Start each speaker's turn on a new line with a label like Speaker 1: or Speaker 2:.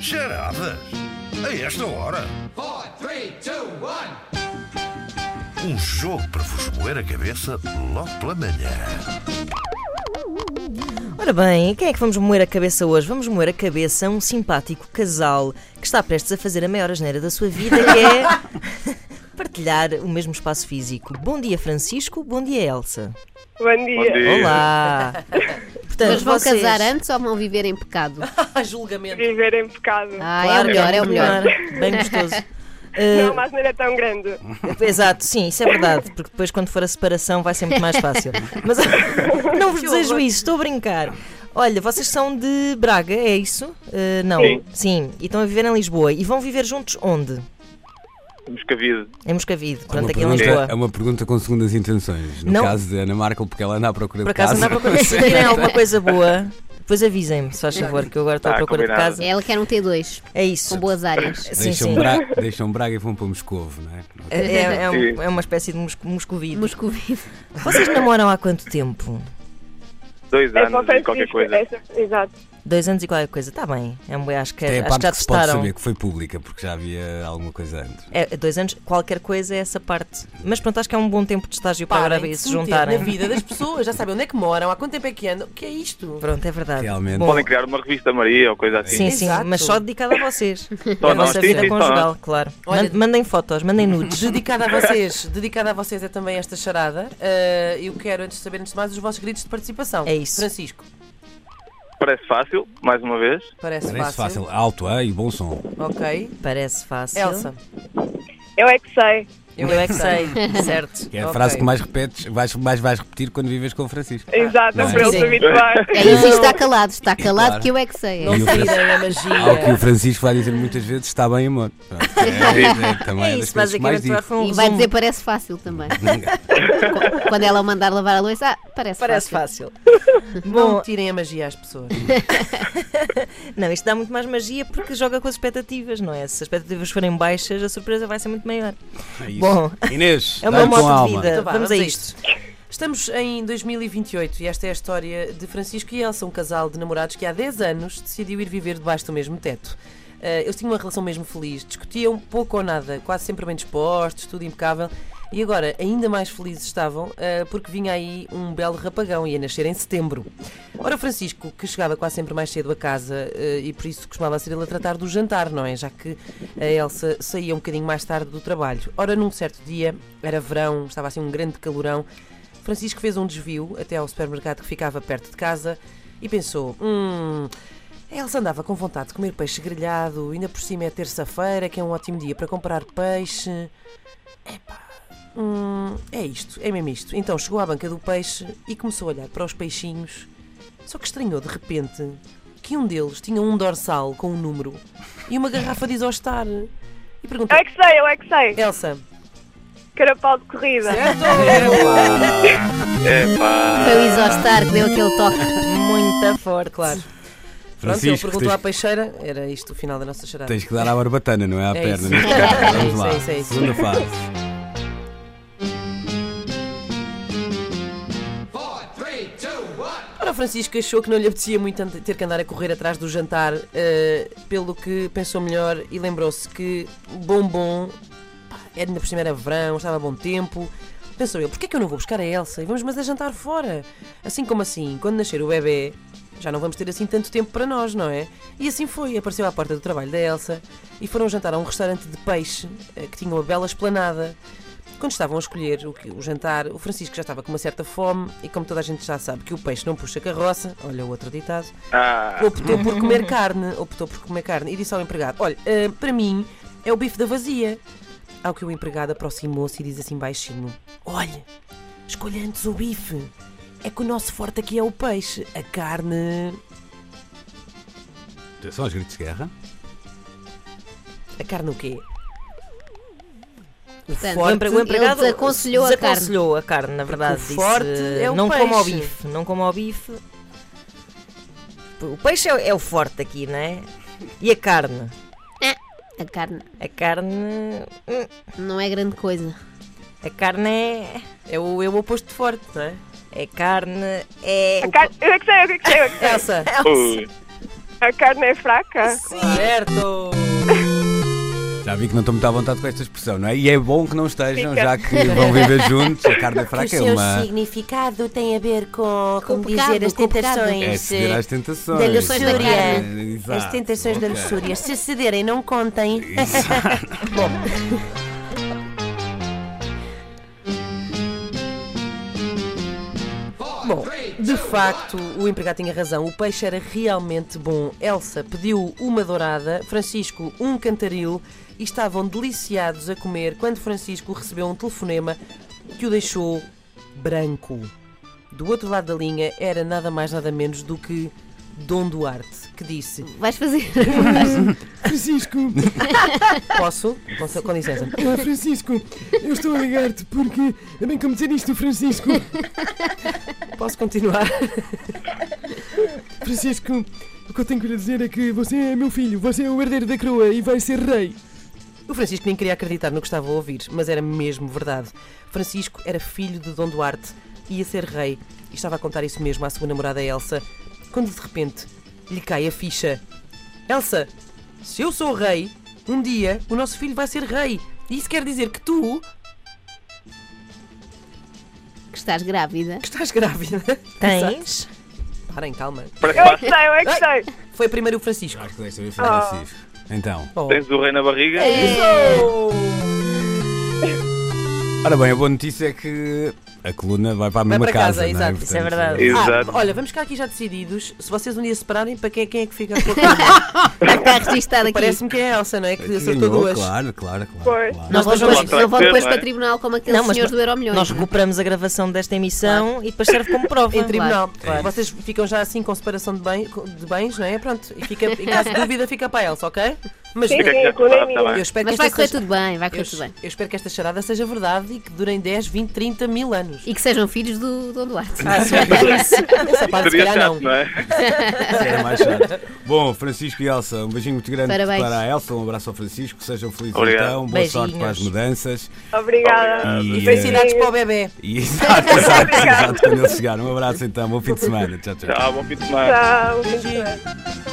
Speaker 1: Charadas? A esta hora?
Speaker 2: four, three, two, one.
Speaker 1: Um jogo para vos moer a cabeça logo pela manhã.
Speaker 3: Ora bem, a quem é que vamos moer a cabeça hoje? Vamos moer a cabeça a um simpático casal que está prestes a fazer a maior asneira da sua vida, que é partilhar o mesmo espaço físico. Bom dia, Francisco. Bom dia, Elsa.
Speaker 4: Bom dia.
Speaker 3: Olá. Portanto,
Speaker 5: Mas vão
Speaker 3: vocês-
Speaker 5: casar antes ou vão viver em pecado?
Speaker 3: Ah, julgamento.
Speaker 4: Viver em pecado.
Speaker 5: Ah,
Speaker 3: Claro,
Speaker 5: é o melhor, é o melhor.
Speaker 3: claro. Bem gostoso.
Speaker 4: Não,
Speaker 3: Ah,
Speaker 4: mas não era tão grande.
Speaker 3: Exato, sim, isso é verdade, porque depois quando for a separação vai ser muito mais fácil. Mas não vos desejo isso, estou a brincar. Olha, vocês são de Braga, é isso? Uh, não. Sim. e estão a viver em Lisboa. E vão viver juntos onde?
Speaker 6: Moscavide.
Speaker 3: Em Moscavide,
Speaker 7: É uma
Speaker 3: portanto, aqui em
Speaker 7: pergunta-
Speaker 3: Lisboa.
Speaker 7: É uma pergunta com segundas intenções. No
Speaker 3: Não.
Speaker 7: caso de Ana Markel, porque ela anda à procura
Speaker 3: Por
Speaker 7: de casa.
Speaker 3: acaso não para procurar. Se virem alguma coisa boa, depois avisem-me, se faz favor, que eu agora estou à
Speaker 6: Tá,
Speaker 3: procura de
Speaker 6: combinado.
Speaker 3: casa.
Speaker 5: Ela quer um T2,
Speaker 3: É isso.
Speaker 5: com boas áreas.
Speaker 3: Sim,
Speaker 7: Deixam,
Speaker 3: sim.
Speaker 7: Bra- deixam Braga e vão para Moscovo, não é?
Speaker 3: É, é, é um-
Speaker 6: Sim.
Speaker 3: é uma espécie de mosco- moscovite.
Speaker 5: Moscovite.
Speaker 3: Vocês namoram há quanto tempo?
Speaker 6: Dois
Speaker 4: É só
Speaker 6: anos e qualquer
Speaker 4: Francisco,
Speaker 6: coisa.
Speaker 4: é só- exato.
Speaker 3: Dois anos e qualquer coisa, está bem. É um, acho que,
Speaker 7: É a
Speaker 3: acho que
Speaker 7: parte
Speaker 3: já
Speaker 7: que se pode
Speaker 3: testaram.
Speaker 7: saber que foi pública, porque já havia alguma coisa antes.
Speaker 3: É, dois anos, qualquer coisa é essa parte. Mas pronto, acho que é um bom tempo de estágio para agora
Speaker 8: de
Speaker 3: se
Speaker 8: meter
Speaker 3: juntarem.
Speaker 8: Na vida das pessoas, já sabem onde é que moram, há quanto tempo é que andam. O que é isto?
Speaker 3: Pronto, é verdade.
Speaker 7: Realmente.
Speaker 3: Bom,
Speaker 6: Podem criar uma revista Maria ou coisa assim.
Speaker 3: sim, sim,
Speaker 8: Exato.
Speaker 3: mas só dedicada a vocês. É a
Speaker 6: nós,
Speaker 3: vossa
Speaker 6: sim,
Speaker 3: vida
Speaker 6: sim, só
Speaker 3: conjugal, claro.
Speaker 8: Olha-
Speaker 3: Man- Mandem fotos, mandem nudes.
Speaker 8: Dedicada a vocês, dedicada a vocês é também esta charada. Ah, eu quero, antes de saber, antes de mais, os vossos gritos de participação.
Speaker 3: É isso.
Speaker 8: Francisco,
Speaker 6: Parece fácil, mais uma vez.
Speaker 8: parece,
Speaker 7: Parece fácil. Alto, é? E bom som.
Speaker 8: Ok.
Speaker 3: Parece fácil.
Speaker 8: Elsa,
Speaker 4: Eu é que sei.
Speaker 3: Eu, é que sei, certo.
Speaker 7: Que é a
Speaker 8: Ok.
Speaker 7: frase que mais repetes, vais, mais vais repetir quando vives com o Francisco.
Speaker 4: Exato,
Speaker 7: não é?
Speaker 4: para ele
Speaker 8: Sim.
Speaker 4: se habituar.
Speaker 5: É isso, isto está calado, está calado
Speaker 7: Claro.
Speaker 5: que eu é que sei.
Speaker 8: Não
Speaker 7: E o Francisco?
Speaker 8: saírem a
Speaker 7: Ao que o
Speaker 8: magia.
Speaker 7: Francisco vai dizer muitas vezes, está bem, amor. Pronto, É, é, também
Speaker 3: É
Speaker 7: das
Speaker 3: isso,
Speaker 7: coisas que
Speaker 3: basicamente
Speaker 7: mais digo.
Speaker 3: agora foi um
Speaker 5: E vai
Speaker 3: resumo.
Speaker 5: dizer parece fácil também. Qu- Quando ela o mandar lavar a louça, ah, parece,
Speaker 3: Parece
Speaker 5: fácil.
Speaker 3: fácil.
Speaker 8: Não
Speaker 3: Bom,
Speaker 8: tirem a magia às pessoas.
Speaker 3: não, isto dá muito mais magia porque joga com as expectativas, não é? Se as expectativas forem baixas, a surpresa vai ser muito maior.
Speaker 7: É isso.
Speaker 3: Bom,
Speaker 7: Inês,
Speaker 3: é uma
Speaker 7: dá-lhe com
Speaker 3: moto de
Speaker 7: alma.
Speaker 3: vida.
Speaker 8: Então vá,
Speaker 3: Vamos a
Speaker 8: vamos a
Speaker 3: isto.
Speaker 8: Estamos em 2028 e esta é a história de Francisco e Elsa, um casal de namorados que há 10 anos decidiu ir viver debaixo do mesmo teto. Eh, eles tinham uma relação mesmo feliz, discutiam pouco ou nada, quase sempre bem dispostos, tudo impecável. E agora, ainda mais felizes estavam, eh, porque vinha aí um belo rapagão, ia nascer em setembro. Ora, o Francisco, que chegava quase sempre mais cedo a casa eh, e por isso costumava ser ele a tratar do jantar, não é? Já que a Elsa saía um bocadinho mais tarde do trabalho. Ora, num certo dia, era verão, estava assim um grande calorão, Francisco fez um desvio até ao supermercado que ficava perto de casa e pensou: hum. A Elsa andava com vontade de comer peixe grelhado, ainda por cima é terça-feira, que é um ótimo dia para comprar peixe. Epá, hum, é isto, é mesmo isto. Então chegou à banca do peixe e começou a olhar para os peixinhos, só que estranhou de repente que um deles tinha um dorsal com um número e uma garrafa de isostar. E perguntou:
Speaker 4: Eu é que sei, eu é que sei.
Speaker 8: Elsa,
Speaker 4: Carapau de corrida.
Speaker 6: É pá.
Speaker 5: Foi o Isostar que deu aquele toque.
Speaker 3: Muita forte,
Speaker 8: claro. Pronto, ele
Speaker 7: Francisco,
Speaker 8: perguntou
Speaker 7: tens-
Speaker 8: à peixeira, era isto o final da nossa charada.
Speaker 7: Tens que dar à barbatana, não é? À
Speaker 8: É
Speaker 7: perna.
Speaker 8: isso.
Speaker 7: neste
Speaker 8: É
Speaker 7: caso.
Speaker 8: isso,
Speaker 7: Vamos
Speaker 8: é
Speaker 7: lá.
Speaker 8: isso, é isso.
Speaker 7: Segunda fase.
Speaker 8: Ora, o Francisco achou que não lhe apetecia muito and- ter que andar a correr atrás do jantar, eh, pelo que pensou melhor e lembrou-se que bombom, pá, era ainda por cima era verão, estava a bom tempo. Pensou ele, porquê é que eu não vou buscar a Elsa e vamos mas a jantar fora? Assim como assim, quando nascer o bebê, já não vamos ter assim tanto tempo para nós, não é? E assim foi, apareceu à porta do trabalho da Elsa e foram jantar a um restaurante de peixe eh, que tinha uma bela esplanada. Quando estavam a escolher o, que- o jantar, o Francisco já estava com uma certa fome e, como toda a gente já sabe que o peixe não puxa carroça, olha o outro ditado,
Speaker 6: Ah,
Speaker 8: optou por comer carne, optou por comer carne e disse ao empregado: Olha, ah, para mim é o bife da vazia. Ao que o empregado aproximou-se e diz assim baixinho: Olha, escolha antes o bife. É que o nosso forte aqui é o peixe. A carne.
Speaker 7: Atenção aos gritos de guerra.
Speaker 8: A carne o quê? O
Speaker 5: Portanto,
Speaker 3: O,
Speaker 8: forte.
Speaker 3: empre- o empregado
Speaker 5: ele desaconselhou a carne.
Speaker 3: desaconselhou a carne, na verdade.
Speaker 8: o
Speaker 3: Disse,
Speaker 8: forte é o
Speaker 3: não como ao
Speaker 8: peixe."
Speaker 3: bife, não como ao bife. O peixe é, o- é o forte aqui, não é? E a carne?
Speaker 5: "Ah, A carne
Speaker 3: A carne. hum,
Speaker 5: não é grande coisa.
Speaker 3: A carne é.
Speaker 8: É o, é o oposto de forte, não é?
Speaker 3: É carne, é.
Speaker 4: A carne, eu é que sei, eu é que sei, eu é que sei.
Speaker 8: Elsa.
Speaker 6: Ui.
Speaker 4: A carne é fraca.
Speaker 8: Certo.
Speaker 7: Já vi que não estou muito à vontade com esta expressão, não é? E é bom que não estejam,
Speaker 4: Fica.
Speaker 7: já que vão viver juntos. A carne é fraca, é uma.
Speaker 8: significado tem a ver com,
Speaker 5: como pecado, dizer, as com pecado.
Speaker 7: É ceder às tentações.
Speaker 5: Da ilusão da
Speaker 7: Exato,
Speaker 8: carne.
Speaker 7: exato. Ok.
Speaker 8: Se cederem, não contem.
Speaker 7: Exato.
Speaker 8: Bom, de facto, o empregado tinha razão. O peixe era realmente bom. Elsa pediu uma dourada, Francisco um cantaril e estavam deliciados a comer quando Francisco recebeu um telefonema que o deixou branco. Do outro lado da linha era nada mais nada menos do que Dom Duarte, que disse:
Speaker 5: É. Vais fazer.
Speaker 9: Francisco,
Speaker 8: Posso? Com, com licença.
Speaker 9: olá Francisco, eu estou a ligar-te porque é bem como dizer isto, Francisco.
Speaker 8: Posso continuar?
Speaker 9: Francisco, o que eu tenho que lhe dizer é que você é meu filho, você é o herdeiro da coroa e vai ser rei.
Speaker 8: O Francisco nem queria acreditar no que estava a ouvir, mas era mesmo verdade. Francisco era filho de Dom Duarte, ia ser rei, e estava a contar isso mesmo à sua namorada Elsa, quando de repente lhe cai a ficha. Elsa, se eu sou rei, um dia o nosso filho vai ser rei. E isso quer dizer que tu,
Speaker 5: que estás grávida.
Speaker 8: que estás grávida... Exato.
Speaker 3: Tens?
Speaker 8: Parem, calma.
Speaker 4: Eu é que
Speaker 6: Parece fácil.
Speaker 4: sei, eu é que sei.
Speaker 8: Foi primeiro o Francisco.
Speaker 7: Acho que deve saber falar Francisco. Então.
Speaker 8: Oh. Ah,
Speaker 6: Tens o rei na barriga.
Speaker 3: É.
Speaker 7: Ora bem, a boa notícia é que a coluna vai para a
Speaker 8: Vai
Speaker 7: mesma
Speaker 8: para casa,
Speaker 7: não
Speaker 8: exato, isso é
Speaker 7: Portanto,
Speaker 3: verdade.
Speaker 6: Exato.
Speaker 8: Ah, olha, vamos ficar aqui já decididos. Se vocês um dia se separarem, para quem, quem é que fica com a
Speaker 5: Está registada aqui.
Speaker 8: Parece-me que é a Elsa, não é? Que
Speaker 7: Ganhou,
Speaker 8: acertou duas.
Speaker 7: Claro, claro, claro.
Speaker 4: Pois.
Speaker 7: claro.
Speaker 5: Não vão
Speaker 8: Nós
Speaker 6: vamos
Speaker 5: depois,
Speaker 6: lá,
Speaker 5: não vão
Speaker 6: claro,
Speaker 5: depois
Speaker 6: não é?
Speaker 5: para tribunal como aqueles
Speaker 3: Não, mas é
Speaker 5: senhores
Speaker 3: no-
Speaker 5: do Euro Milhões.
Speaker 3: Nós recuperamos a gravação desta emissão e depois serve como prova.
Speaker 8: Em um tribunal.
Speaker 7: Claro.
Speaker 8: Vocês ficam já assim com separação de, bem- de bens, não é? Pronto. E fica, em caso de dúvida, fica para a Elsa, ok? Mas
Speaker 4: Sim,
Speaker 6: Fica
Speaker 4: sim,
Speaker 6: aqui a
Speaker 4: a coluna é
Speaker 6: recordar,
Speaker 4: minha.
Speaker 6: está
Speaker 8: eu
Speaker 6: tá bem.
Speaker 8: espero
Speaker 5: Mas
Speaker 8: que
Speaker 5: vai
Speaker 8: esta
Speaker 5: correr
Speaker 8: seja-
Speaker 5: tudo bem, vai correr
Speaker 8: eu,
Speaker 5: tudo bem.
Speaker 8: eu espero que esta charada seja verdade e que durem 10, 20, 30 mil anos.
Speaker 5: E que sejam filhos do Dom Duarte.
Speaker 8: Essa parte, se
Speaker 6: Seria
Speaker 8: calhar, não.
Speaker 6: chato, não é?
Speaker 7: Isso era mais chato. Bom, Francisco e Elsa, um beijinho muito grande
Speaker 5: Parabéns.
Speaker 7: para a Elsa, um abraço ao Francisco, sejam felizes
Speaker 6: Obrigado.
Speaker 7: então, boa
Speaker 3: Beijinhos.
Speaker 7: sorte para as mudanças.
Speaker 4: Obrigada.
Speaker 7: E, eh,
Speaker 8: Felicidades para o bebê.
Speaker 7: e- exato, exato,
Speaker 6: Ah,
Speaker 7: exato, quando eles chegaram. Um abraço então, bom fim de semana. Tchau, tchau.
Speaker 4: Tá.
Speaker 6: Tchau, bom fim de semana.
Speaker 4: Tchau. muito bem.